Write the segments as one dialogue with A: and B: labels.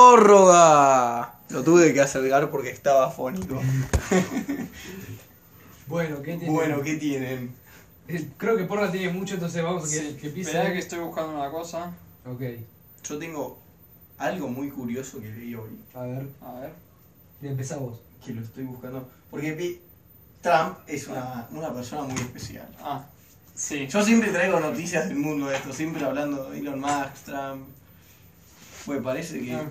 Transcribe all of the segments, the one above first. A: ¡Prórroga! Lo tuve que acercar porque estaba afónico.
B: Bueno, ¿qué tiene?
A: Bueno, ¿qué tienen?
B: Eh, Creo que Porra tiene mucho, entonces vamos a que, que pise.
C: Esperá que estoy buscando una cosa.
B: Ok,
A: Yo tengo algo muy curioso que vi hoy,
B: a ver,
C: A ver.
B: empezamos.
A: que lo estoy buscando. Porque vi- Trump es una, una persona muy especial.
C: Ah, sí.
A: Yo siempre traigo noticias del mundo de esto, siempre hablando de Elon Musk, Trump. Pues parece
C: Ah,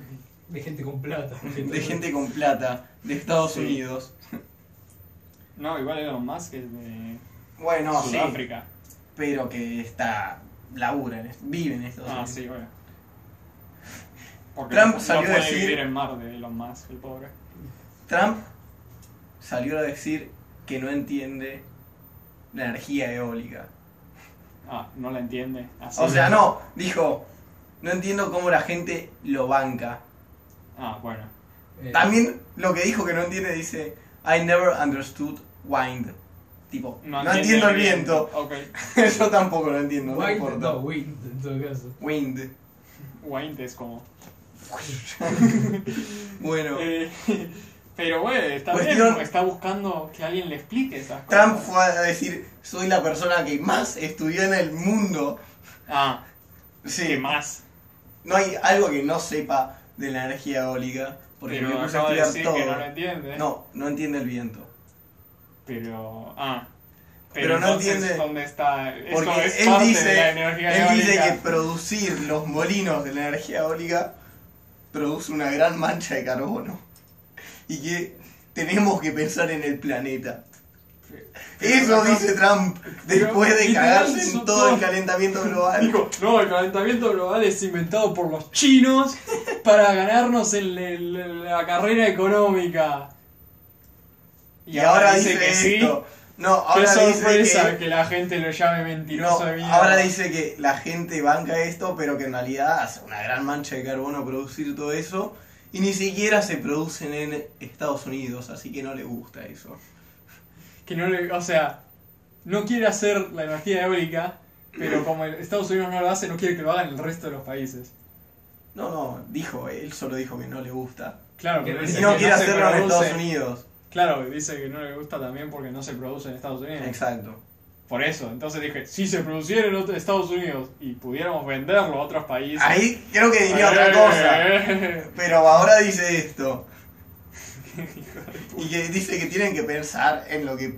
A: que
B: De gente con plata. Eh,
A: de gente con plata de Estados
C: Sí.
A: Unidos.
C: No, igual Elon Musk es de
A: Bueno, sí,
C: Sudáfrica.
A: pero que está labura, en est- vive en Estados
C: Ah,
A: Unidos.
C: sí, bueno. Porque
A: Trump
C: no,
A: salió
C: no
A: a
C: puede
A: decir-
C: vivir en mar de Elon Musk, el pobre.
A: Trump salió a decir que no entiende la energía eólica.
C: Ah, no la entiende. Así.
A: O sea, no, dijo, no entiendo cómo la gente lo banca.
C: Ah, bueno.
B: Eh,
A: También lo que dijo que no entiende dice, I never understood wind. Tipo, no,
C: entiende
A: entiendo el viento.
C: Ok.
A: Yo tampoco lo entiendo, no
B: White,
A: importa.
B: no, Wind, en todo caso.
A: Wind.
C: Wind es como.
A: Bueno,
C: Eh, pero, güey, está
A: Cuestión-
C: bien. Está buscando que alguien le explique esas
A: Trump
C: cosas.
A: fue a decir, soy la persona que más estudió en el mundo.
C: Ah, ¿qué
A: Sí,
C: más?
A: no hay algo que no sepa de la energía eólica, porque me
C: pero
A: puse
C: acaba de
A: a
C: decir
A: estudiar todo.
C: que no la entiende.
A: No, no entiende el viento.
C: Pero. Ah.
A: Pero
C: Pero,
A: no
C: entonces,
A: entiende-
C: ¿dónde está? Esto
A: Porque
C: es
A: él
C: parte de la
A: dice,
C: energía
A: él dice que
C: eólica.
A: producir los molinos de la energía eólica produce una gran mancha de carbono. Y que tenemos que pensar en el planeta.
C: Pero
A: Eso
C: acá-
A: dice Trump después de
C: literal,
A: cagarse en
C: son
A: todo el
C: todos-
A: calentamiento global.
C: Dijo, no, el calentamiento global es inventado por los chinos para ganarnos en la- la la carrera económica.
A: Y ahora dice
C: que
A: esto. No,
C: Qué
A: ahora dice
C: sorpresa
A: que
C: que... la gente lo llame
A: No,
C: mentiroso de mierda.
A: ahora dice que la gente banca esto, pero que en realidad hace una gran mancha de carbono producir todo eso. Y ni siquiera se producen en Estados Unidos, así que no le gusta eso.
C: que no le- o sea, no quiere hacer la energía eólica, pero como el- Estados Unidos no lo hace, no quiere que lo hagan el resto de los países.
A: No, no, dijo, él solo dijo que no le gusta.
C: Claro,
B: Que
C: pero
A: Y
C: dice
A: no
C: que
A: quiere
C: se
A: hacerlo en
C: produce-
A: Estados Unidos.
C: Claro, dice que no le gusta también porque no se produce en Estados Unidos.
A: Exacto.
C: Por eso, entonces dije, si se produciera en otro- Estados Unidos y pudiéramos venderlo a otros países. Eh,
A: Ahí creo que diría otra cosa. Pero ahora dice esto. Y que dice que tienen que pensar en lo que.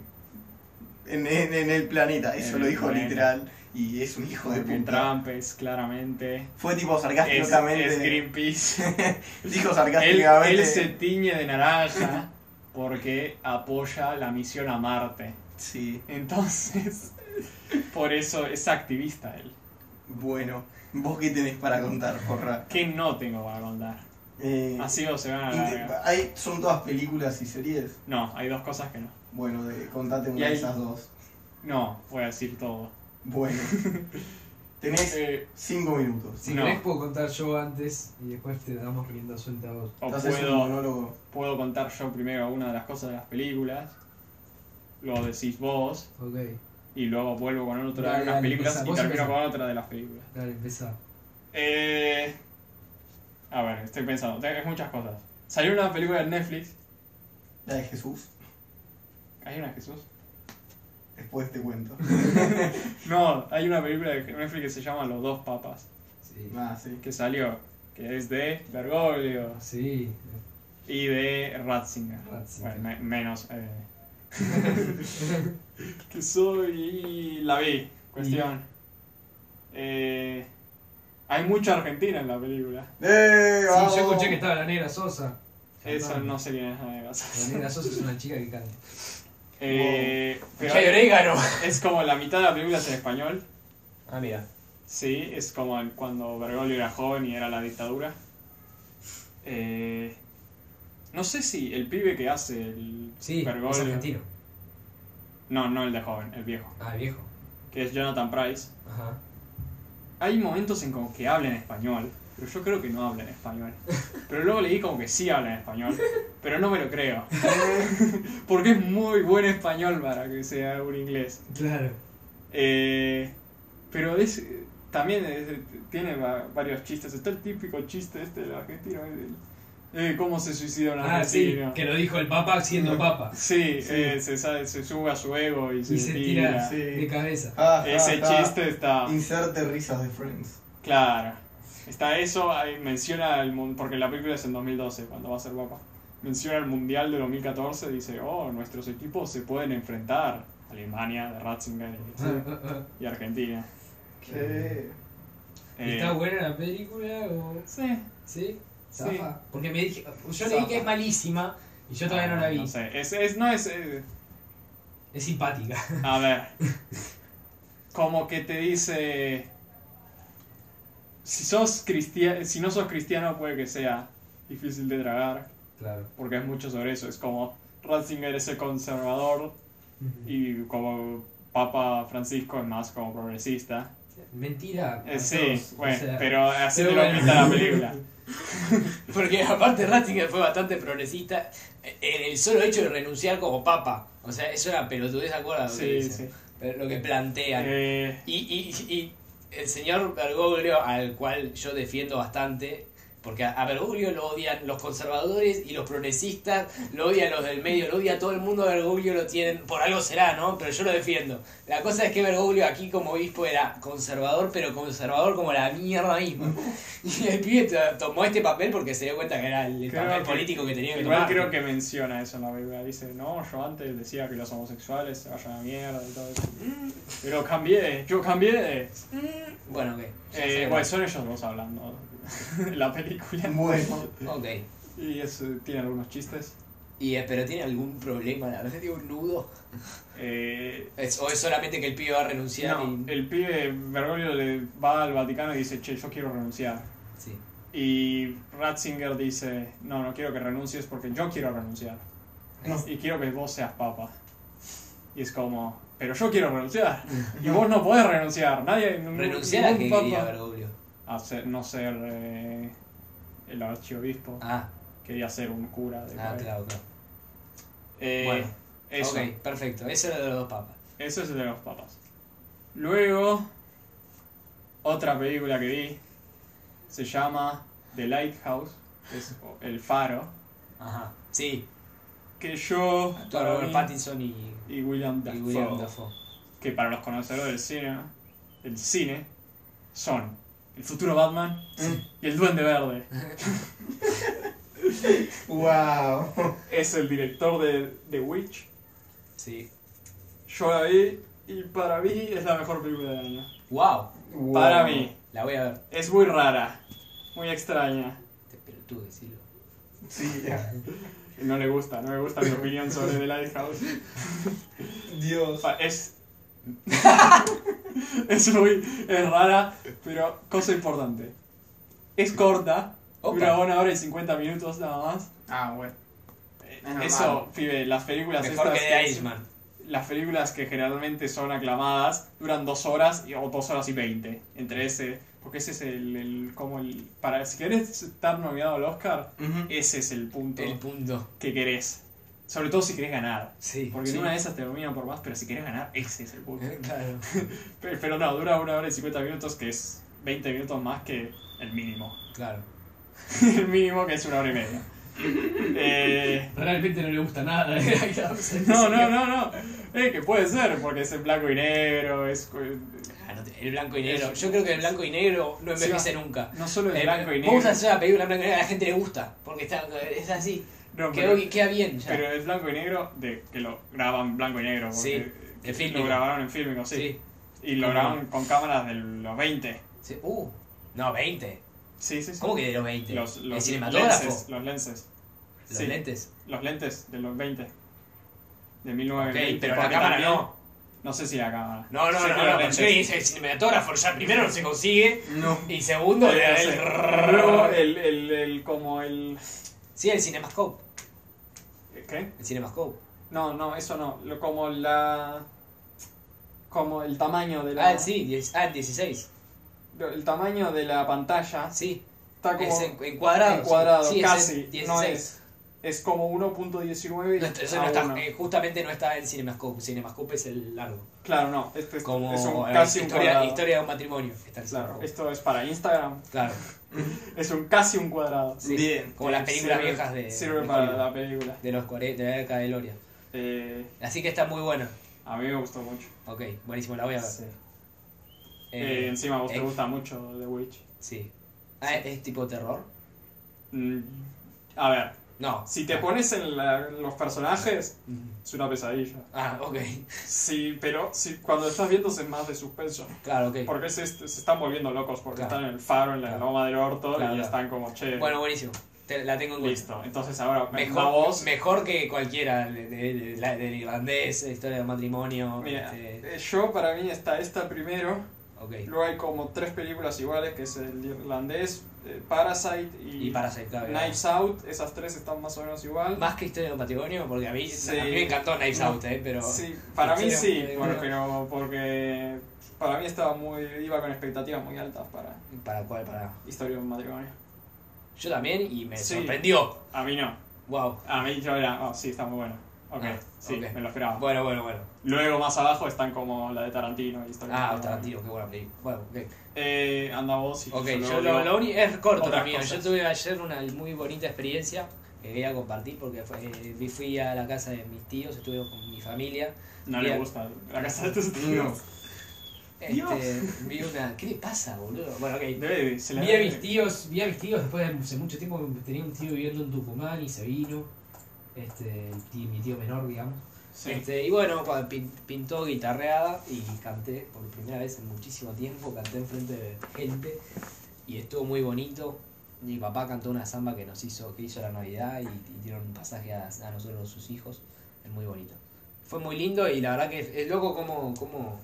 A: en, en- en el planeta. Eso
C: En
A: lo
C: el
A: dijo
C: planeta.
A: literal. Y es un hijo de
C: Porque
A: puta.
C: Trump es claramente.
A: Fue tipo
C: Es,
A: sarcásticamente.
C: es Greenpeace.
A: dijo
C: él,
A: sarcásticamente.
C: él se tiñe de naranja porque apoya la misión a Marte.
A: Sí,
C: Entonces, por eso es activista él.
A: bueno. ¿Vos qué tenés para contar, porra?
C: Que no tengo para contar.
A: Eh,
C: Así o se van a la
A: inte-
C: larga.
A: hay- son todas películas y series.
C: No, hay dos cosas que no.
A: Bueno, de, contate
C: Y
A: una de
C: hay-
A: esas dos.
C: No, voy a decir todo.
A: Bueno. Tenés
C: Eh,
A: cinco minutos.
B: Si
C: No.
B: querés puedo contar yo antes y después te damos rienda suelta a vos.
C: o
A: Te haces un
C: puedo,
A: monólogo.
C: puedo contar yo primero una de las cosas de las películas, luego decís vos,
B: Ok,
C: y luego vuelvo con otra
B: Dale,
C: de unas
B: dale,
C: películas
B: empezá,
C: y
B: vos
C: termino
B: empezá.
C: con otra de las películas.
B: dale, empezá.
C: Eh, a ver, estoy pensando, te- es muchas cosas. Salió una película de Netflix,
A: La de Jesús.
C: ¿hay una de Jesús?
A: Después te cuento.
C: No, hay una película de Netflix que se llama Los dos papas,
B: Sí.
A: Ah, sí.
C: que salió, que es de Bergoglio
B: Sí.
C: y de Ratzinger.
B: Ratzinger.
C: Bueno, me- menos... eh, que soy y la vi. Cuestión. Eh, hay mucha Argentina en la película.
A: ¡Eh!
B: Sí,
A: vamos!
B: yo escuché que estaba la negra Sosa.
C: Eso
B: Cantando.
C: no sé quién es la de Gaza.
B: La negra Sosa es una chica que canta.
C: Eh, pero
B: ¡Qué orégano!
C: es como la mitad de la película es en español.
B: Ah, mira.
C: Sí, es como en- cuando Bergoglio era joven y era la dictadura. Eh, no sé si el pibe que hace el
B: Sí, es argentino.
C: No, no el de joven, el viejo.
B: Ah, viejo.
C: Que es Jonathan Price.
B: Ajá.
C: Hay momentos en como que habla en español, pero yo creo que no habla en español. Pero luego leí como que sí habla en español, pero no me lo creo. Porque es muy buen español para que sea un inglés.
B: Claro.
C: Eh, pero es, También es- tiene va- varios chistes. Está el típico chiste este del argentino. eh, del- eh, ¿Cómo se suicida un
B: Ah, sí,
C: argentino?
B: que lo dijo el Papa siendo Papa.
C: Sí,
A: Sí.
C: eh, se, sale- se sube a su ego y se,
B: Y se
C: tira.
B: tira
A: Sí.
B: de cabeza.
A: Ja, ja,
C: Ese
A: ja.
C: chiste está.
A: Ah, Inserte risas de Friends.
C: Claro. Está eso, ahí menciona el mun- porque la película es en 2012, cuando va a ser papá. Menciona el Mundial de 2014, dice, oh, nuestros equipos se pueden enfrentar. Alemania, de Ratzinger y-
B: Ah, ah, ah.
C: y Argentina.
A: ¿Qué?
C: Eh,
B: ¿Está buena la película o.?
C: Sí.
B: ¿Sí?
C: Sí.
B: Zafa. Porque me dije, yo leí
C: Zafa. Ah,
B: que es malísima y yo todavía no la vi.
C: No sé, es, es- no es... eh,
B: Es simpática.
C: a ver. Como que te dice... Si, sos cristia- si no sos cristiano puede que sea difícil de tragar,
B: Claro.
C: porque es mucho sobre eso. Es como Ratzinger es el conservador y como Papa Francisco es más como progresista.
D: Ah,
B: Mentira.
C: Eh,
B: por
C: sí,
B: Dios, o
C: bueno,
B: sea,
C: pero así
D: pero
C: te lo
D: bueno.
C: pinta la película.
D: Porque aparte Ratzinger fue bastante progresista en el solo hecho de renunciar como papa. O sea, es una pelotudez, acuerda lo que
C: Sí,
D: dicen?
C: sí.
D: Pero lo que plantean.
C: Eh,
D: Y, y, y el señor Bergoglio, al cual yo defiendo bastante, porque a a Bergoglio lo odian los conservadores y los progresistas, lo odian los del medio, lo odia todo el mundo, a Bergoglio lo tienen, por algo será, ¿no? Pero yo lo defiendo. La cosa es que Bergoglio aquí como obispo era conservador, pero conservador como la mierda misma. Y el pibe to- tomó este papel porque se dio cuenta que era el
C: Creo
D: papel
C: que-
D: político que tenía que
C: Igual
D: tomar.
C: creo que menciona eso en la Biblia. Dice, no, yo antes decía que los homosexuales se vayan a mierda y todo eso. Pero cambié, yo cambié.
D: Mm, Bueno, ok. Ya
C: Eh,
D: sé,
C: bueno, son ellos dos hablando en la película.
A: Bueno.
D: Ok.
C: Y eso tiene algunos chistes.
D: Y, eh, pero tiene algún problema, la verdad, tiene un nudo.
C: Eh,
D: Es- o es solamente que el pibe va a renunciar
C: no,
D: y.
C: el pibe Bergoglio le va al Vaticano y dice, che, yo quiero renunciar.
D: Sí.
C: Y Ratzinger dice, no, no quiero que renuncies porque yo quiero renunciar.
A: No.
C: Y quiero que vos seas papa. Y es como, pero yo quiero renunciar. Y vos no podés renunciar. Nadie. ningún-
D: Renunciar a que
C: ningún
D: quería
C: papa-
D: Bergoglio.
C: A ser- no ser eh, el archiobispo.
D: Ah,
C: Quería ser un cura. De
D: ah,
C: cabeza.
D: claro, claro.
C: Eh,
D: Bueno,
C: eso.
D: Ok, perfecto. Eso era de los dos papas.
C: Eso es el de los papas. Luego, otra película que vi se llama The Lighthouse, que es El Faro,
D: Ajá. Sí,
C: que yo para
D: actuaron
C: mí-
D: Pattinson y,
C: y William
D: y
C: Dafoe,
D: William Dafoe.
C: que para los conocedores del cine, del cine son el futuro Batman
A: mm,
C: y el Duende Verde.
A: Wow.
C: Es el director de The Witch.
D: Sí.
C: Yo la vi y para mí es la mejor película del año.
D: ¡Wow!
C: Para mí.
D: La voy a ver.
C: Es muy rara, muy extraña.
D: Te pelotudo decirlo.
A: Sí, ya.
C: No le gusta, no me gusta mi opinión sobre The Lighthouse. O
A: Dios.
C: sea, es. es muy. Es rara, pero cosa importante. Es corta,
D: Opa.
C: dura una hora y 50 minutos nada más.
A: Ah, bueno.
C: Eh,
A: normal.
C: Eso, pibe, las películas
D: Mejor que
C: estas
D: de Irishman.
C: las películas que generalmente son aclamadas duran dos horas y- o dos horas y veinte. Entre ese. Porque ese es el, el- como el. Para si querés estar nominado al Oscar,
A: Ujú.
C: ese es el punto
D: El punto.
C: que querés. Sobre todo si querés ganar.
D: Sí.
C: Porque
D: sí. Eh.
C: en una de esas te dominan por más, pero si querés ganar, ese es el punto.
D: Claro.
C: Pe- Pero no, dura una hora y 50 minutos, que es 20 minutos más que el mínimo.
D: Claro.
C: el mínimo que es una hora y media. Eh,
B: Realmente no le gusta nada.
C: no, no, no, no. Eh, que puede ser, porque es en blanco y negro, es... cu-
D: Ah, no te- El blanco y negro. Yo creo que el blanco y negro no
C: Sí,
D: envejece nunca.
C: No solo en
D: Eh,
C: blanco y negro.
D: Vamos a hacer una película en blanco y negro, a la gente le gusta, porque está, es así.
C: No,
D: Creo
C: pero,
D: que queda bien ya.
C: pero es blanco y negro de que lo graban blanco y negro.
D: Sí,
C: Porque
D: de
C: lo
D: Fílmico.
C: grabaron en filmico, sí.
D: sí.
C: Y lo
D: Ajá.
C: grabaron con cámaras de los 20.
D: sí. Uh, no, 20.
C: Sí, sí, sí.
D: ¿Cómo que de los 20?
C: Los,
D: ¿El
C: los
D: cinematógrafo?
C: lenses, los lenses.
D: Los
C: sí.
D: lentes.
C: Los lentes de los 20. De
D: Ok,
C: 1920.
D: pero la
C: porque
D: cámara
C: también-
D: no.
C: No sé si la cámara.
D: No, no,
C: Sé
D: no,
C: que
D: no,
C: los
D: porque
C: lentes.
D: yo dije, el cinematógrafo ya primero no se consigue
A: No.
D: y segundo el,
C: Eh, sí. Luego
D: el-
C: el, el, el, como el...
D: Sí, el cinemascope.
C: ¿Qué?
D: El cinemascope.
C: No, no, eso no. Lo- Como la... Como el tamaño de la...
D: Ah, sí, 10, ah, el 16.
C: El tamaño de la pantalla
D: Sí,
C: está como
D: es en, en cuadrado. sí.
C: encuadrado,
D: sí, es
C: casi.
D: en 16.
C: no es. es como 1.19
D: No, este- eso no
C: a
D: está-
C: uno.
D: eh, justamente no está en Cinemascope. Cinemascope es el largo.
C: Claro, no, este es,
D: Como
C: es un
D: eh,
C: casi un
D: historia,
C: cuadrado.
D: historia de un matrimonio. Está en
C: Claro,
D: Cinemascope.
C: esto es para Instagram,
D: Claro,
C: es un casi un cuadrado.
D: sí.
A: Bien.
D: Como las
C: Eh,
D: películas
C: sirve-
D: viejas de,
C: Sirve
D: de
C: para
D: Hollywood.
C: la película.
D: de los 40, de la década de Gloria.
C: Eh,
D: Así que está muy buena.
C: a mí me gustó mucho.
D: Ok, buenísimo, la voy a ver.
C: Sí. Eh,
D: Eh,
C: encima a vos te
D: eh.
C: gusta mucho The Witch.
D: sí. Ah, ¿Es tipo terror?
C: Mm, a ver,
D: No. Mm.
C: si te pones en la- los personajes, es una pesadilla.
D: Ah, ok.
C: Sí, pero sí, cuando estás viendo es más de suspenso.
D: Claro, ok.
C: Porque se, se están volviendo locos, porque
D: Claro.
C: están en el faro, en la
D: Claro.
C: loma del orto,
D: Claro,
C: y
D: claro.
C: están como, che,
D: Bueno, buenísimo. Te- la tengo en cuenta.
C: listo. Entonces ahora me
D: Mejor,
C: vos.
D: mejor que cualquiera de- de- de- la- del irlandés, historia de matrimonio.
C: Mira,
D: este,
C: eh, yo para mí está esta primero,
D: ok.
C: luego hay como tres películas iguales, que es el irlandés, eh, Parasite y,
D: Y para ser clave.
C: Knives Out, esas tres están más o menos igual.
D: Más que historia de matrimonio, porque a mí,
C: Sí.
D: a mí me encantó Knives
C: No.
D: Out, eh, pero.
C: Sí, para mí
D: Pero-
C: sí,
D: eh,
C: por-
D: bueno.
C: pero porque para mí estaba muy, iba con expectativas muy altas para
D: ¿Para cuál? Para.
C: Historia de un matrimonio.
D: Yo también y me
C: Sí.
D: sorprendió.
C: A mí no,
D: Wow.
C: a mí yo era, oh sí, está muy bueno. Ok,
D: Ah,
C: sí,
D: ok.
C: me lo esperaba.
D: Bueno, bueno, bueno.
C: Luego más abajo están como la de Tarantino y Historia de un
D: Ah,
C: matrimonio.
D: Tarantino, qué buena película. Bueno, ok.
C: Eh, anda vos y
D: Ok,
C: luego
D: yo lo,
C: digo-
D: lo único. Es corto
C: otras
D: también. Yo
C: cosas.
D: tuve ayer una muy bonita experiencia que voy a compartir porque fue- eh, fui a la casa de mis tíos, estuve con mi familia.
C: No le
D: Bien.
C: gusta la casa de tus
A: No.
C: tíos.
D: Este, vi una. ¿Qué le pasa, boludo? Bueno, ok.
C: Debe, se le
E: Vi a mis tíos, vi a mis tíos después de hace mucho tiempo tenía un tío viviendo en Tucumán y se vino. Este, el tío- mi tío menor, digamos.
C: Sí.
D: Este, y bueno, cuando pin- pintó guitarreada y canté por primera vez en muchísimo tiempo, canté enfrente de gente y estuvo muy bonito. Mi papá cantó una samba que nos hizo, que hizo la Navidad y, y dieron un pasaje a, a nosotros, sus hijos. Es muy bonito. Fue muy lindo y la verdad que es, es loco cómo, cómo,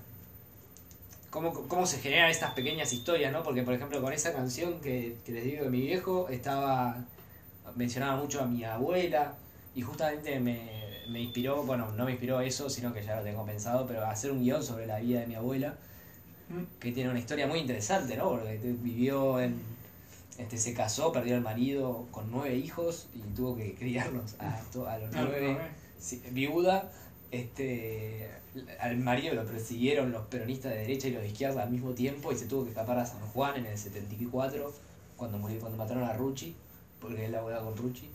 D: cómo, cómo se generan estas pequeñas historias, ¿no? Porque, por ejemplo, con esa canción que, que les digo de mi viejo, estaba mencionaba mucho a mi abuela y justamente me, me inspiró, bueno, no me inspiró eso, sino que ya lo tengo pensado, pero hacer un guión sobre la vida de mi abuela,
C: Mm.
D: que tiene una historia muy interesante, ¿no? Porque te- vivió en... Este, se casó, perdió al marido con nueve hijos y tuvo que criarlos a, to- a los
C: No, no,
D: nueve.
C: no, eh.
D: Sí, viuda, este, al marido lo persiguieron los peronistas de derecha y los de izquierda al mismo tiempo y se tuvo que escapar a San Juan en el 74, cuando, murió, cuando mataron a Rucci, porque él la abuela con Rucci.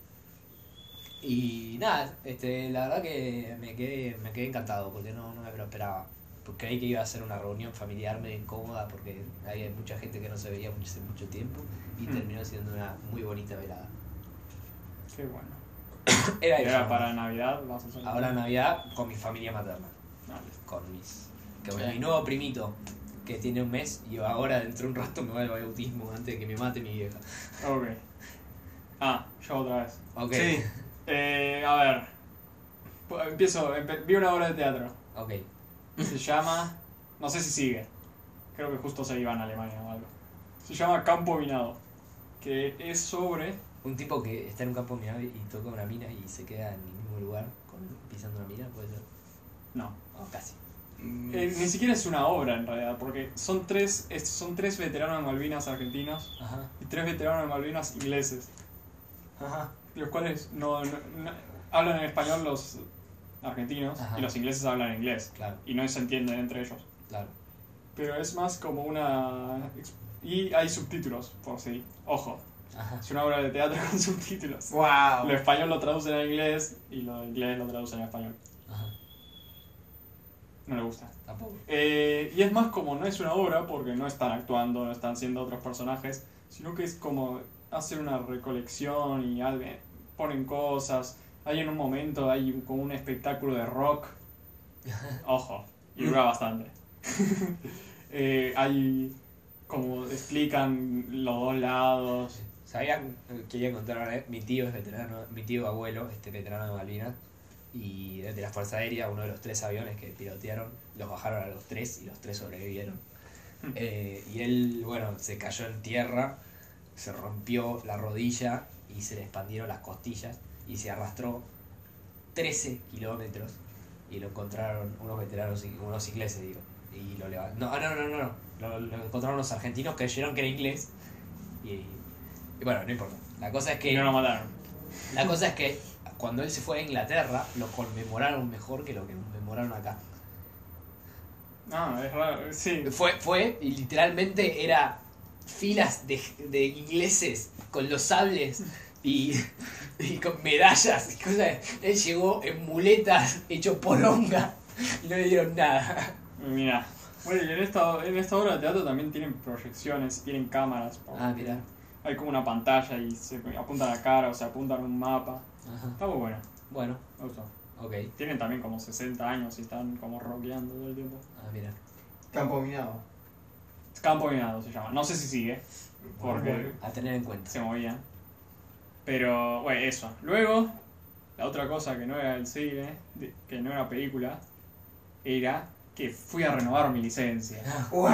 D: Y nada, este, la verdad que me quedé, me quedé encantado porque no, no me lo esperaba. Porque creí que iba a ser una reunión familiar medio incómoda porque hay mucha gente que no se veía mucho- hace mucho tiempo y
C: Mm.
D: terminó siendo una muy bonita velada.
C: Qué bueno.
D: Era eso.
C: Era para Navidad, vas a hacer.
D: Ahora Navidad con mi familia materna.
C: Dale.
D: con mis. que bueno, mi nuevo primito, que tiene un mes, y ahora dentro de un rato me voy al bautismo antes de que me mate mi vieja.
C: Ok. Ah, yo otra vez.
D: Ok.
A: Sí.
C: Eh, a ver. Pu- Empiezo. empe- vi una obra de teatro.
D: Ok.
C: Se llama. No sé si sigue. Creo que justo se iba a Alemania o algo. Se llama Campo Minado. Que es sobre.
D: Un tipo que está en un campo minado y toca una mina y se queda en el mismo lugar con, pisando una mina, puede ser.
C: No.
D: No, casi.
A: Mm.
C: Eh, ni siquiera es una obra en realidad, porque son tres, es- son tres veteranos de Malvinas argentinos
D: Ajá.
C: y tres veteranos de Malvinas ingleses.
D: Ajá.
C: los cuales no, no- no- hablan en español los argentinos
D: Ajá.
C: y los ingleses hablan inglés
D: Claro,
C: y no se entienden entre ellos.
D: claro.
C: Pero es más como una... ex- Y hay subtítulos, por si... Ojo,
D: Ajá.
C: es una obra de teatro con subtítulos. Lo
A: Wow.
C: español lo traducen al inglés y lo de inglés lo traducen al español.
D: Ajá.
C: No le gusta.
D: Tampoco.
C: Eh, y es más como, no es una obra porque no están actuando, no están siendo otros personajes, sino que es como hacer una recolección y algo- ponen cosas. Hay en un momento, hay un- como un espectáculo de rock. Ojo, y dura bastante. Eh, hay como explican los dos lados.
D: Sabían, eh, quería contar ahora, eh, mi tío es veterano, mi tío abuelo, este veterano de Malvinas, y de la Fuerza Aérea, uno de los tres aviones que pilotearon, los bajaron a los tres y los tres sobrevivieron. Eh, y él, bueno, se cayó en tierra, se rompió la rodilla y se le expandieron las costillas y se arrastró 13 kilómetros y lo encontraron unos veteranos, ing- unos ingleses, digo. Y lo levantaron. No, ah, no, no, no, no. Lo, lo encontraron unos argentinos que creyeron que era inglés. Y, y bueno, no importa. La cosa es que.
C: Y no lo mataron.
D: La cosa es que cuando él se fue a Inglaterra, lo conmemoraron mejor que lo que conmemoraron acá.
C: Ah, es raro. Sí.
D: Fue, fue, y literalmente era filas de, de ingleses con los sables y, y con medallas y cosas. Él llegó en muletas, hecho poronga, y no le dieron nada.
C: Mira. Bueno, y en esta, en esta obra de teatro también tienen proyecciones, tienen cámaras. por-
D: Ah, mirá.
C: Hay como una pantalla y se apunta a la cara o se apuntan a un mapa. Está muy bueno.
D: Bueno,
C: Me gustó.
D: ok.
C: Tienen también como 60 años y están como rockeando todo el tiempo.
D: Ah, mira.
A: Campo minado.
C: Campo Minado se llama. No sé si sigue, porque
D: A tener en cuenta.
C: se movían. Pero, bueno, eso. Luego, la otra cosa que no era el cine, de- que no era película, era que fui a renovar mi licencia.
A: ¡Wow!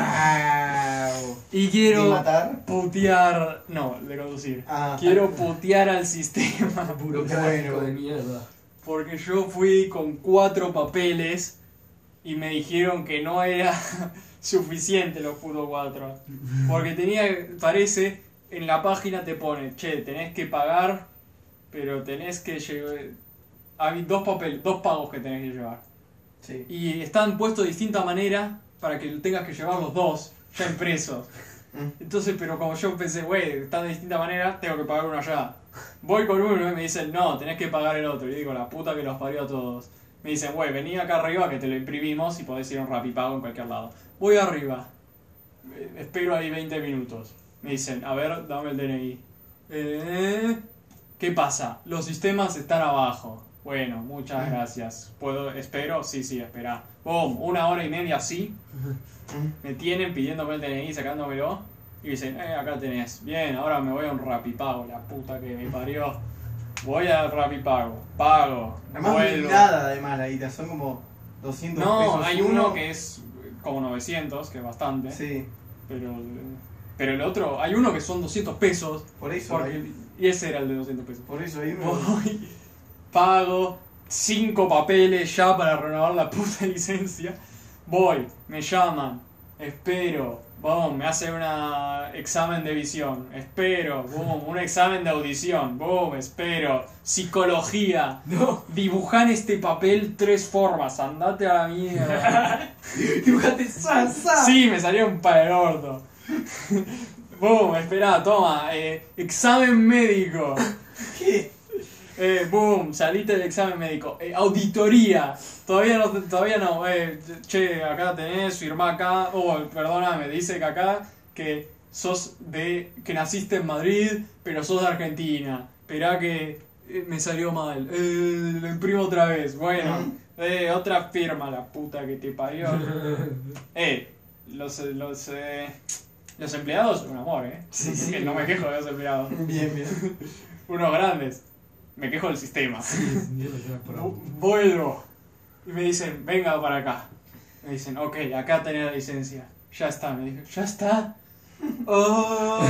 C: Y
A: ¿Y
C: quiero
A: matar?
C: putear. No, de conducir.
A: Ah,
C: Quiero putear al sistema.
E: Burocrático
A: Bueno.
E: de mierda.
C: Porque yo fui con cuatro papeles y me dijeron que no era suficiente los putos cuatro. Porque tenía, parece, en la página te pone, che, tenés que pagar, pero tenés que llevar... Hay dos papeles, dos pagos que tenés que llevar.
A: sí.
C: Y están puestos de distinta manera para que tengas que llevar los dos, ya impresos. Entonces, pero como yo pensé, güey, están de distinta manera, tengo que pagar uno ya. Voy con uno y me dicen, no, tenés que pagar el otro. Y digo, la puta que los parió a todos. Me dicen, güey, vení acá arriba que te lo imprimimos y podés ir a un rapipago en cualquier lado. Voy arriba. Eh, Espero ahí 20 minutos. Me dicen, a ver, dame el DNI. Eh, ¿Qué pasa? Los sistemas están abajo. Bueno, muchas gracias. ¿Puedo? ¿Espero? Sí, sí, espera. Boom, una hora y media así. Me tienen pidiéndome el DNI, sacándomelo. Y dicen, eh, acá tenés. Bien, ahora me voy a un rapipago, la puta que me parió. Voy a rapipago, pago,
A: Además, no hay
C: vuelvo.
A: nada de mala guita, son como 200 pesos.
C: No, hay uno que es como 900, que es bastante.
A: Sí,
C: Pero, pero el otro, hay uno que son 200 pesos.
A: por eso.
C: porque- y ese era el de 200 pesos.
A: Por eso hay uno.
C: Voy, pago cinco papeles ya para renovar la puta licencia. Voy, me llaman, espero, boom, me hacen un examen de visión, espero, boom, un examen de audición, boom, espero, psicología,
E: No,
C: dibujan este papel tres formas, andate a la mierda.
E: dibujate sas.
C: Sí, me salió un par de gordo. boom, esperá, toma. eh, examen médico.
A: ¿Qué?
C: Eh, boom, saliste del examen médico. Eh, auditoría. Todavía no, todavía no. Eh, che, acá tenés, firmá acá. Oh, perdóname, dice que acá que sos de. que naciste en Madrid, pero sos de Argentina. Esperá que eh, me salió mal. Eh, lo imprimo otra vez. Bueno, eh, otra firma, la puta que te parió. Eh, los, eh, los, eh, los empleados, un amor, ¿eh?
A: Sí, sí.
C: Que No me quejo de los empleados.
A: Bien, bien.
C: Unos grandes. Me quejo del sistema.
B: Mierda, que era por
C: Vu-
B: ahí.
C: Vuelvo. Y me dicen, venga para acá. Me dicen, ok, acá tenés la licencia. Ya está, me dijo, ya está. Oh,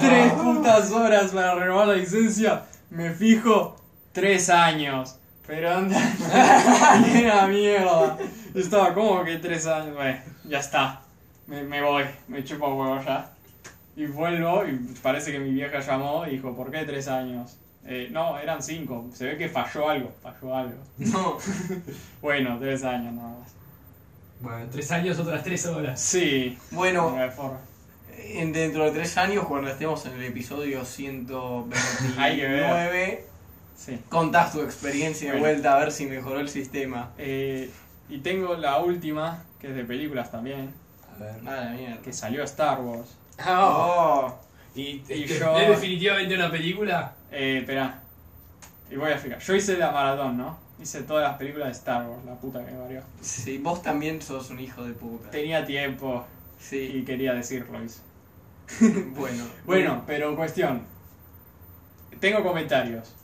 C: tres putas horas para renovar la licencia. Me fijo, tres años. Pero anda, bien a mierda. Yo estaba como que tres años. Bueno, ya está. Me, me voy, me chupo huevo ya. Y vuelvo y parece que mi vieja llamó y dijo, ¿por qué tres años? Eh, no, eran cinco. Se ve que falló algo, falló algo.
A: No.
C: Bueno, tres años nada más.
E: Bueno, tres años, otras tres horas.
C: Sí,
A: Bueno,
C: me forro.
A: En- dentro de tres años, cuando estemos en el episodio
C: Hay que
A: 129,
C: Sí.
A: contás tu experiencia de
C: Bueno.
A: vuelta a ver si mejoró el sistema.
C: Eh, y tengo la última, que es de películas también,
D: A ver.
A: Nada, mierda.
C: que salió Star Wars.
A: Oh,
D: Y,
C: Y
E: Este,
C: yo-
E: ¿Es definitivamente una película?
C: Eh, espera. Y voy a explicar. Yo hice la maratón, ¿no? Hice todas las películas de Star Wars, la puta que me parió.
A: sí, vos también sos un hijo de puta.
C: Tenía tiempo
A: Sí,
C: y quería decirlo. hice.
A: bueno.
C: Bueno, pero cuestión. Tengo comentarios.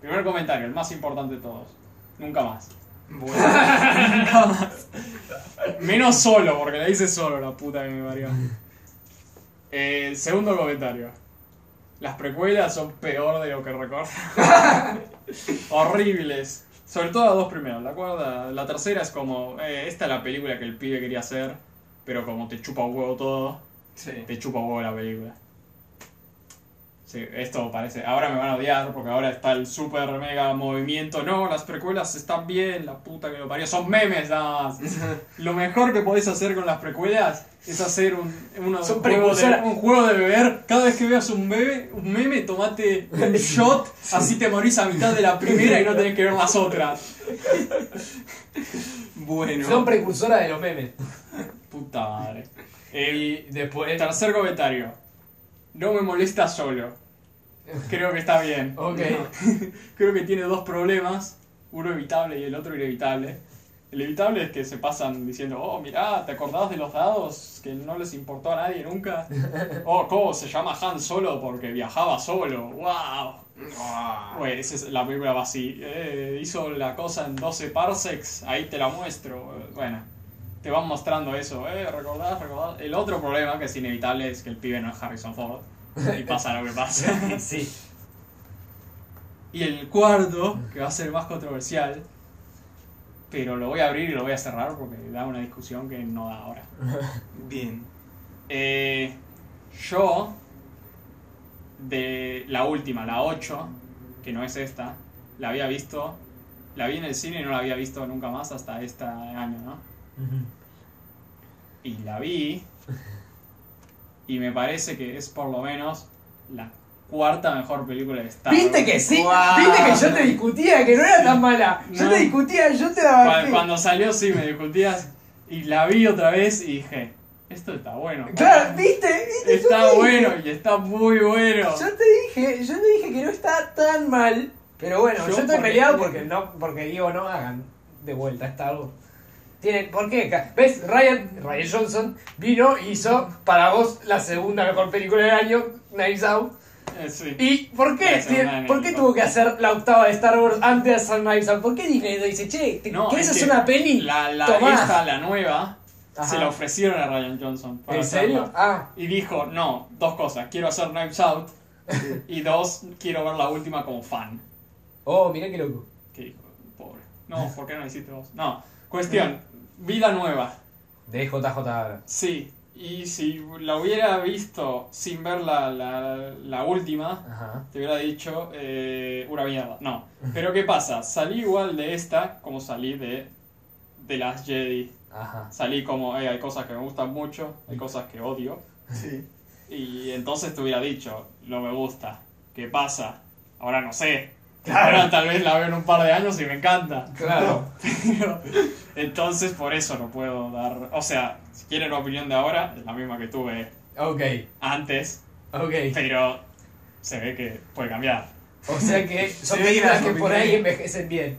C: Primer comentario, el más importante de todos. Nunca más.
A: Bueno,
C: Menos solo, porque la hice solo, la puta que me parió. Eh, segundo comentario. Las precuelas son peor de lo que recuerdo. Horribles. Sobre todo las dos primeras. La, cuarta, la tercera es como, eh, esta es la película que el pibe quería hacer, pero como te chupa un huevo todo,
A: sí.
C: te chupa un huevo la película. Sí, esto parece. Ahora me van a odiar porque ahora está el super mega movimiento. No, las precuelas están bien, la puta que lo parió. Son memes nada más. Lo mejor que podés hacer con las precuelas es hacer un, uno-
D: Son
C: un juego, de,
D: precursoras.
C: un juego de beber. Cada vez que veas un meme, un meme, tomate un shot. Así te morís a mitad de la primera y no tenés que ver las otras.
A: Bueno.
D: Son precursoras de los memes.
C: Puta madre. Eh,
D: Y después.
C: tercer comentario. No me molesta solo. Creo que está bien.
D: Ok.
C: Creo que tiene dos problemas, uno evitable y el otro inevitable. El evitable es que se pasan diciendo, oh, mirá, ¿te acordás de los dados que no les importó a nadie nunca? Oh, ¿cómo se llama Han solo porque viajaba solo? ¡Wow!
A: Ah.
C: Bueno, esa es, la película va así. Eh, hizo la cosa en 12 parsecs, ahí te la muestro. Eh, Bueno, te van mostrando eso. Eh, recordás, recordás. El otro problema que es inevitable es que el pibe no es Harrison Ford. Y pasa lo que pasa.
D: Sí.
C: Y el cuarto, que va a ser más controversial, pero lo voy a abrir y lo voy a cerrar porque da una discusión que no da ahora.
A: Bien.
C: Eh, yo, de la última, la 8, que no es esta, la había visto, la vi en el cine y no la había visto nunca más hasta este año, ¿no? Y la vi, y me parece que es por lo menos la cuarta mejor película de Star Wars.
D: ¿Viste que sí?
A: Guau.
D: ¿Viste que yo te discutía que no era tan mala? Yo
C: No.
D: te discutía, yo te
C: Cu-
D: la
C: Cuando,
D: banqué.
C: salió sí me discutías y la vi otra vez y dije, esto está bueno.
D: Claro, ¿viste? ¿Viste? Yo te
C: Está
D: dije.
C: bueno y está muy bueno.
D: Yo te dije, yo te dije que no está tan mal. Pero bueno,
C: Yo
D: yo, estoy
C: porque-
D: peleado porque no, porque digo, no hagan de vuelta Star Wars. Tienen, ¿Por qué? Ca- ¿Ves? Ryan, Ryan Johnson vino, hizo para vos la segunda mejor película del año, Knives Out.
C: Eh, sí.
D: ¿Y por
C: La
D: qué?
C: segunda
D: tiene-
C: de
D: ¿Por qué
C: México.
D: tuvo que hacer la octava de Star Wars antes de hacer Knives Out? ¿Por qué Disney no dice, che, ¿te
C: No,
D: ¿querés
C: es
D: hacer
C: que
D: una peli?
C: La, la,
D: Tomá.
C: esta, la nueva,
D: Ajá.
C: se la ofrecieron a Ryan Johnson. para
D: ¿En
C: hacerla.
D: serio? Ah,
C: Y dijo, no, dos cosas, quiero hacer Knives Out y dos, quiero ver la última como fan.
D: oh, mirá qué loco.
C: Que dijo, pobre. No, ¿por qué no la hiciste vos? No, cuestión, vi la nueva.
D: De JJ ahora.
C: Sí, y si la hubiera visto sin ver la, la, la última,
D: Ajá.
C: te hubiera dicho eh, una mierda. No, pero ¿qué pasa? Salí igual de esta como salí de, de las Jedi.
D: Ajá.
C: Salí como, eh, hay cosas que me gustan mucho, hay cosas que odio.
A: Sí.
C: Y entonces te hubiera dicho, no me gusta. ¿Qué pasa? Ahora no sé.
D: Claro.
C: Ahora tal vez la veo en un par de años y me encanta.
D: Claro.
C: Pero, entonces por eso no puedo dar. O sea, si quieren la opinión de ahora, es la misma que tuve
D: Ok,
C: antes,
D: ok.
C: pero se ve que puede cambiar.
D: O sea que
A: Se
D: son
A: ve
D: películas
A: la
D: que por
A: opinión.
D: ahí envejecen bien.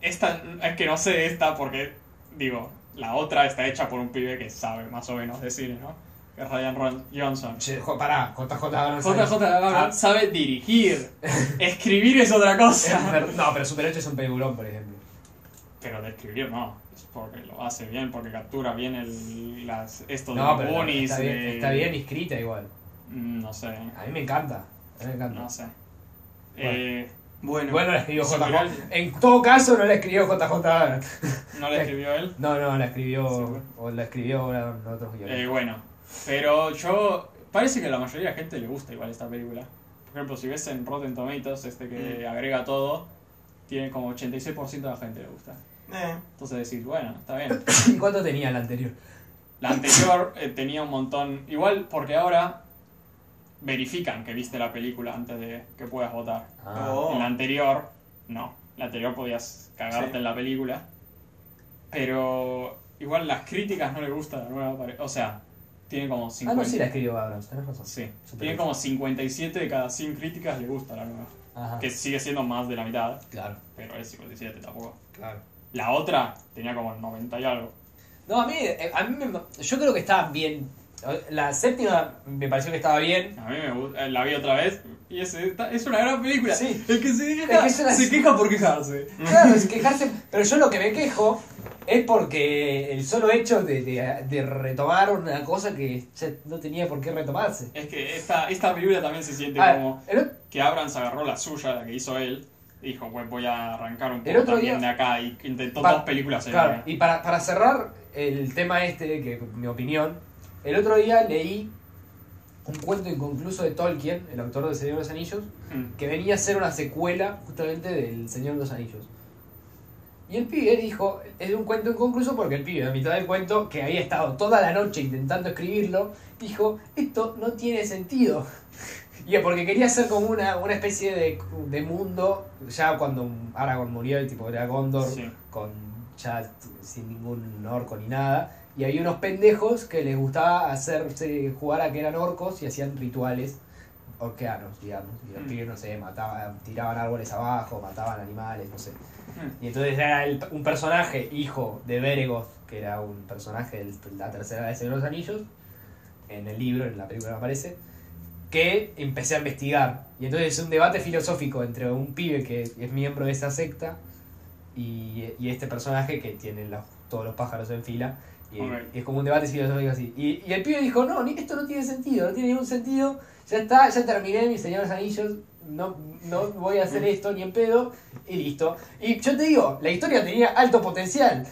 C: Esta, es que no sé esta porque, digo, la otra está hecha por un pibe que sabe más o menos de cine, ¿no? Que es Ryan Ron- Johnson.
D: Che, jo- pará, JJ ahora
C: JJ
D: Ah.
C: sabe dirigir, escribir es otra cosa.
D: No, pero Super 8 es un peliculón, por ejemplo.
C: Pero de escribir no, es porque lo hace bien, porque captura bien el, las, esto de
D: No,
C: los
D: pero
C: Goonies, eh.
D: está bien,
C: de-
D: está bien inscrita igual.
C: Mm, No sé,
D: A mí me encanta. A mí me encanta.
C: no sé. Eh,
A: Bueno.
D: Bueno, la escribió
C: Sí,
D: JJ.
C: pero-
D: En todo caso, no la escribió JJ Abrams.
C: ¿No la escribió él?
D: No, no, la escribió.
C: Sí, bueno.
D: O la escribió ahora otros
C: Eh,
D: guiones.
C: bueno, pero yo. Parece que a la mayoría de la gente le gusta igual esta película. Por ejemplo, si ves en Rotten Tomatoes, este que
D: Mm.
C: agrega todo, tiene como 86% de la gente le gusta.
A: Eh,
C: Entonces decís, bueno, está bien.
D: ¿Y cuánto tenía la anterior?
C: La anterior eh, tenía un montón. Igual porque ahora verifican que viste la película antes de que puedas votar.
D: Ah,
A: Oh.
C: En la anterior, no. La anterior podías cagarte
A: Sí.
C: en la película. Pero igual las críticas no le gusta la nueva. pare- O sea, tiene como
D: Ah,
C: 50.
D: no, sí la escribió Abrams, tenés razón.
C: Sí.
D: Super
C: Tiene
D: bien.
C: como 57 de cada 100 críticas le gusta la nueva.
D: Ajá.
A: Ah.
C: Que sigue siendo más de la mitad,
D: Claro,
C: pero es 57 tampoco.
D: claro.
C: La otra tenía como 90 y algo.
D: No, a mí, eh, a mí me- yo creo que está bien. La séptima me pareció que estaba bien.
C: A mí me gusta, eh, la vi otra vez y es, está- es una gran película.
D: Sí.
C: El que se queja,
D: Es que es una-
C: se queja por quejarse.
D: Claro, es quejarse. Pero yo lo que me quejo es porque el solo hecho de, de- de retomar una cosa que ya no tenía por qué retomarse.
C: Es que esta, esta película también se siente
D: Ah,
C: como
D: el ot-
C: que Abrams agarró la suya, la que hizo él. y Dijo, "Bueno, voy a arrancar un
D: El
C: poco
D: otro
C: también
D: día-
C: de acá y intentó
D: Pa-
C: dos películas en
D: claro,
C: una.
D: y para, para cerrar el tema este, que mi opinión, el otro día leí un cuento inconcluso de Tolkien, el autor del Señor de los Anillos,
C: Mm.
D: que venía a ser una secuela justamente del Señor de los Anillos. Y el pibe dijo, es un cuento inconcluso porque el pibe, a mitad del cuento, que había estado toda la noche intentando escribirlo, dijo, esto no tiene sentido. Y es porque quería hacer como una, una especie de, de mundo, ya cuando Aragorn murió, y tipo era Gondor,
C: Sí.
D: con ya t- sin ningún orco ni nada. Y había unos pendejos que les gustaba hacerse jugar a que eran orcos y hacían rituales orqueanos, digamos. Y los
C: Mm.
D: pibes, no sé, mataban, tiraban árboles abajo, mataban animales, no sé.
C: Mm.
D: Y entonces era el- un personaje, hijo de Beregoth, que era un personaje de la tercera de Señor de los Anillos, en el libro, en la película no aparece, que empecé a investigar. Y entonces es un debate filosófico entre un pibe que es miembro de esa secta y, y este personaje que tiene los- todos los pájaros en fila. Y,
C: Ok.
D: y es como un debate filosófico así. Y, y el pibe dijo, no, ni- esto no tiene sentido, no tiene ningún sentido. Ya está, ya terminé mis señores anillos, no, no voy a hacer esto ni en pedo. Y listo. Y yo te digo, la historia tenía alto potencial.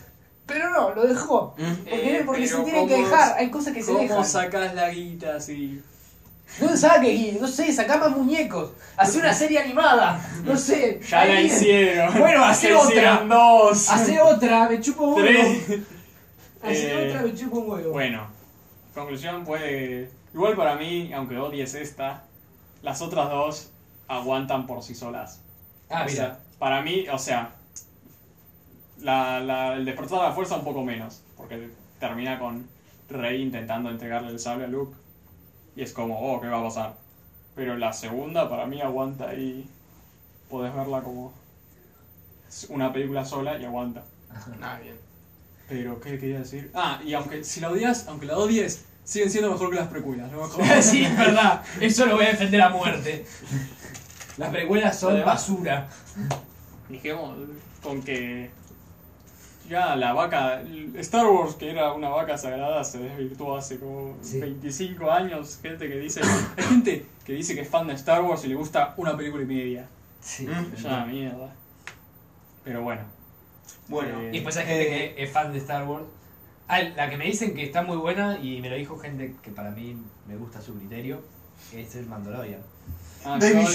D: Pero no, lo dejó.
A: Mm.
D: Porque,
C: Eh,
D: porque se
C: pero
D: tienen que
C: ¿cómo
D: dejar,
C: es-
D: hay cosas que se
C: ¿Cómo
D: dejan.
C: sacas la guita así?
D: No saques, Guille, no sé, sacá más muñecos. Hacé una serie animada, no sé.
C: Ya la
D: Alguien,
C: hicieron.
D: Bueno,
C: Ya
D: hacé otra.
C: hicieron dos.
D: Hacé otra, me chupo un huevo.
C: tres.
D: Hacé
C: Eh,
D: otra, me chupo un huevo.
C: Bueno, conclusión puede... Igual para mí, aunque odies esta, las otras dos aguantan por sí solas.
D: ah,
C: O
D: mira.
C: sea, para mí, o sea, la, la- el despertar de la fuerza un poco menos, porque termina con Rey intentando entregarle el sable a Luke y es como, oh, ¿qué va a pasar? Pero la segunda para mí aguanta y podés verla como es una película sola y aguanta.
A: Ah, bien.
C: Pero, ¿qué quería decir? Ah, y aunque si la odias, aunque la odies, siguen siendo mejor que las precuelas, lo mejor.
F: sí, es verdad. Eso lo voy a defender a muerte. Las precuelas son
C: Además-
F: basura.
C: Dijimos con que ya la vaca, Star Wars que era una vaca sagrada se desvirtuó hace como
D: Sí.
C: 25 años, gente que dice, hay gente que dice que es fan de Star Wars y le gusta una película y media.
D: Sí.
A: Mm.
C: Es una mierda. Pero bueno,
A: Bueno,
C: Eh,
F: Y
D: pues
F: después hay gente
A: Eh.
F: que es fan de Star Wars.
D: Ah, la que me dicen que está muy buena y me lo dijo gente que para mí me gusta su criterio, es el Mandalorian.
C: Ah,
A: Baby
C: Yoda-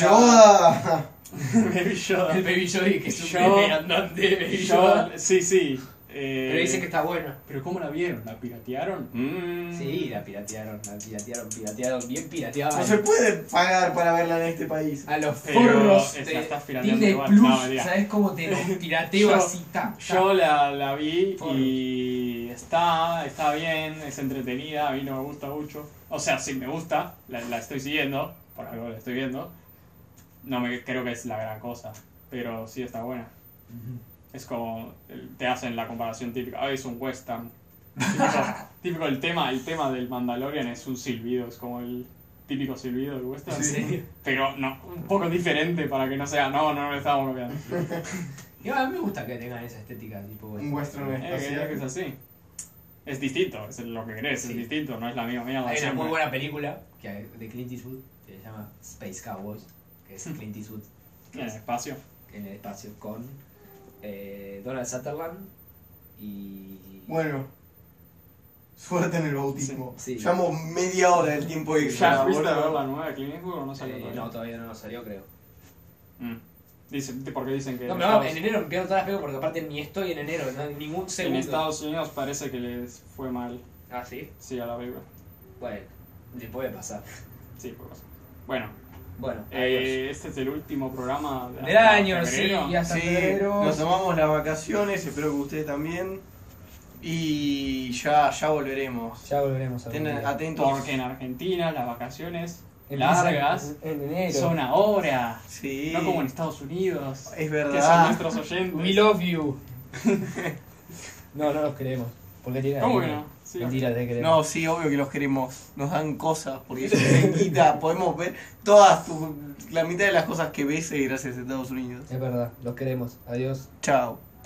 A: Yoda.
C: Baby Yoda.
F: El Baby Yoda que es un
C: Yo-
F: bebé andante de Baby Yoda.
C: Yoda- Sí, sí. eh,
D: Pero dicen que está buena.
C: ¿pero cómo la vieron? ¿La piratearon? Mm.
D: Sí, la piratearon, la piratearon, piratearon, bien pirateada.
A: No se puede pagar para verla en este país.
D: A los
C: Pero
D: forros
C: esa
D: de
C: está pirateando
D: Disney
C: igual.
D: Plus,
C: No, mentira.
D: ¿sabes cómo te lo pirateo
C: Yo-
D: así? Ta, ta.
C: Yo la, la vi
D: Por-
C: y está, está bien, es entretenida, a mí no me gusta mucho. O sea, sí me gusta, la, la estoy siguiendo, por algo la estoy viendo. No me creo que es la gran cosa, pero sí está buena. Es como, el- te hacen la comparación típica, "Ay, es un western. Típico, típico el tema, el tema del Mandalorian es un silbido, es como el típico silbido del western.
A: Sí.
C: Pero no, un poco diferente para que no sea, no, no, no lo estamos copiando.
D: Y a mí me gusta que tengan esa estética tipo
A: Un western
C: Eh, que-
A: espacial.
C: que es así. Es distinto, es lo que querés,
D: Sí.
C: es distinto, no es la misma mierda.
D: Hay una
C: siempre.
D: muy buena película que hay- de Clint Eastwood que se llama Space Cowboys, que
C: Hmm.
D: es Clint Eastwood
C: En el espacio.
D: en el espacio con eh, Donald Sutherland y...
A: Bueno. Suerte en el bautismo.
D: Sí.
A: Llamo media hora del tiempo extra.
C: ¿Ya fuiste a ver
A: boludo.
C: la nueva de Clint Eastwood o no salió
D: eh,
C: todavía?
D: no, todavía no nos salió, creo.
C: Mm. Dicen, porque dicen que
D: No,
C: en,
D: pero
C: Estados,
D: en enero empiezo todas las películas porque aparte ni estoy en enero, no, ningún
C: en
D: segundo.
C: Estados Unidos parece que les fue mal.
D: Ah, sí.
C: Sí, a la película.
D: Bueno, le puede pasar.
C: Sí, por cosa. Bueno,
D: Bueno,
C: eh, este es el último programa de
D: del
C: hasta
D: año, sí,
C: febrero.
D: y hasta
A: Sí,
D: febrero.
A: nos tomamos las vacaciones, espero que ustedes también. Y ya, ya volveremos.
D: Ya volveremos a
A: Estén
C: ah,
A: atentos.
C: Porque en Argentina las vacaciones
D: Empiezan
C: largas
D: En enero.
C: son ahora.
A: Sí.
C: No como en Estados Unidos,
A: Es
C: que son
A: verdad.
C: nuestros oyentes.
D: We love you. no, no los queremos. Porque tienen
C: ¿Cómo que
D: ahí-
C: no? Sí,
D: Mentira, te queremos.
A: No, sí, obvio que los queremos. Nos dan cosas, porque eso se quita. Podemos ver todas, tu- la mitad de las cosas que ves es eh, gracias a Estados Unidos.
D: Es verdad, los queremos. Adiós.
A: Chao.